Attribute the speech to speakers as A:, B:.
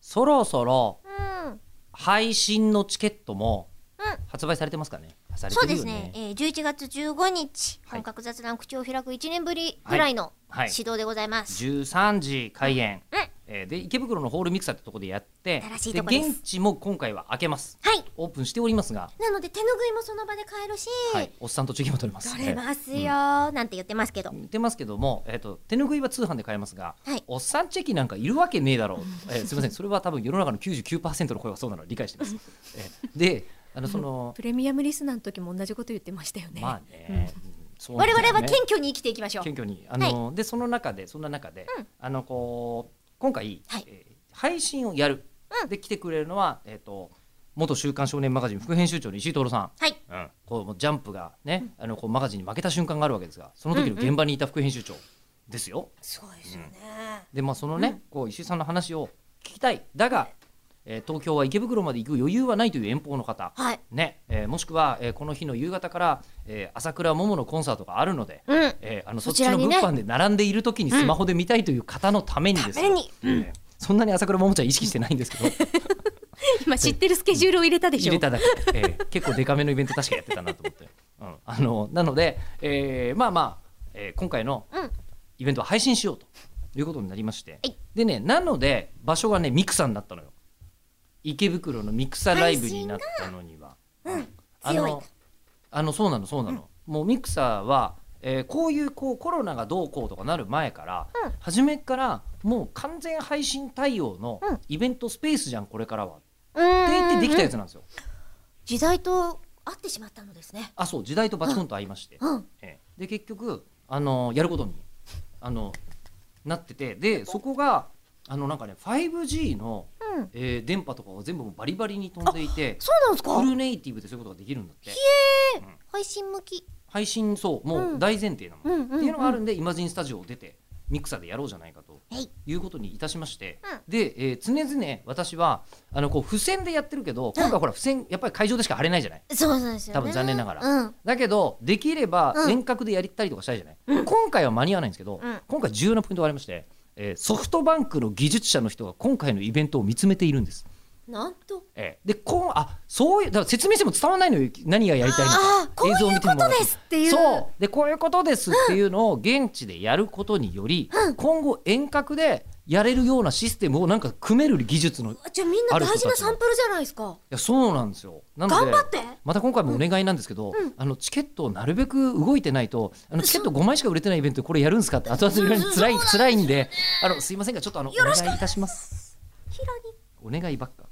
A: そろそろ
B: うん。
A: 配信のチケットも
B: うん
A: 発売されてますかね、されて
B: そう
A: る
B: で
A: よ
B: すね。えー、11月15日、
A: はい
B: 本格雑談口を開く1年ぶりぐらいの
A: はい
B: 指導でございます。
A: 13時開演、
B: うん
A: えーで池袋のホールミクサーってとこでやって
B: 新しいとこです
A: 現地も今回は開けます
B: はい。
A: オープンしておりますが、
B: なので手拭いもその場で買えるし、
A: はい、おっさんと中継も取れます
B: 取れますよーなんて言ってますけど。
A: 言ってますけども、えー、と手ぬぐいは通販で買えますが、
B: はい
A: おっさんチェキなんかいるわけねえだろう、 えーすみませんそれは多分世の中の99%の声はそうなのは理解してますえーであのその
C: プレミアムリスナーの時も同じこと言ってましたよね。
A: まあね、そうなん
B: 我
A: だよね
B: 々は謙虚に生きていきましょう。
A: 謙虚にあの、でその中でそんな中で、
B: うん
A: あのこう今回、
B: はい
A: えー配信をやる、で来てくれるのは、えー、と元「週刊少年マガジン」副編集長の石井徹さん
B: はい。
A: こうもうジャンプがね、あのこうマガジンに負けた瞬間があるわけですがその時の現場にいた副編集長ですよ。
B: すごいです
A: よね
B: ね。
A: でまあそのね、こう石井さんの話を聞きたいだが、えー東京は池袋まで行く余裕はないという遠方の方、
B: はい。
A: ねえーもしくは、えーこの日の夕方から、えー朝倉桃のコンサートがあるので、
B: うん。
A: えーあのそ
B: そ
A: っち
B: ち
A: の
B: ら
A: 物
B: にね
A: 販で並んでいる時にスマホで見たいという方のためにです
B: ために
A: えーそんなに朝倉桃ちゃん意識してないんです けど
C: 今知ってるスケジュールを入れたでし
A: 入
C: ょ。
A: れただけ、えー結構デカめのイベント確かやってたなと思って、うん、あのなので、えーまあまあ、えー今回の
B: うん。
A: イベントを配信しようということになりまして、
B: はい
A: でねなので場所がねミクサになったのよ池袋のミクサライブになったのには
B: うん。
A: あ
B: 強いん
A: の
B: だ。
A: あのそうなのそうなの、もうミクサは、えーこういうこうコロナがどうこうとかなる前から、
B: うん
A: 初めからもう完全配信対応の
B: うん
A: イベントスペースじゃんこれからは、
B: うー
A: って言っ
B: ん。
A: てできたやつなんですよ、
B: 時代と合ってしまったのですね。
A: あそう時代とバチコンと合いまして、
B: うん。
A: ええで結局、あのやることに、あのなっててでそこがあのなんかね 5G の、
B: うん。
A: えー電波とかを全部もうバリバリに飛んでいて
B: そうなんです
A: フ
B: か
A: ルネイティブでそういうことができるんだって
B: 配信向き。
A: 配信そうもう大前提なの、
B: うんうんうん
A: っていうのがあるんで、イマジンスタジオを出てミクサでやろうじゃないかと
B: はい。
A: いうことにいたしまして、
B: うん
A: で、えー常々私はあのこう付箋でやってるけど今回はほら付箋やっぱり会場でしか貼れないじゃない
B: そうなんですよね。
A: 多分残念ながら
B: うん。
A: だけどできれば
B: うん
A: 遠隔でやりたりとかしたいじゃない、今回は間に合わないんですけど、
B: うん
A: 今回重要なポイントがありまして、えーソフトバンクの技術者の人が今回のイベントを見つめているんです、
B: なんと。
A: えーでこうあそういうだから説明しても伝わらないのよ何がやりたいの
B: あ
A: か
B: あ、こう
A: 映像を
B: い
A: 見
B: う
A: て
B: こ
A: もら
B: と
A: うと
B: ですっていう。
A: そうでこういうことですっていうのを現地でやることにより、今後遠隔でやれるようなシステムをなんか組める技術のい
B: あじゃあみんな
A: ある人
B: 大
A: たち
B: 事
A: の
B: なサンプルじゃないですか。
A: やそうなんですよなので
B: 頑張って。
A: また今回もお願いなんですけど、
B: うん
A: あのチケットをなるべく動いてないとあのチケット5枚しか売れてないイベントでこれやるんですかって後々言われるの辛い辛いんであのすいませんがちょっとあのお願いいたします
B: ヒロに。
A: お願いばっか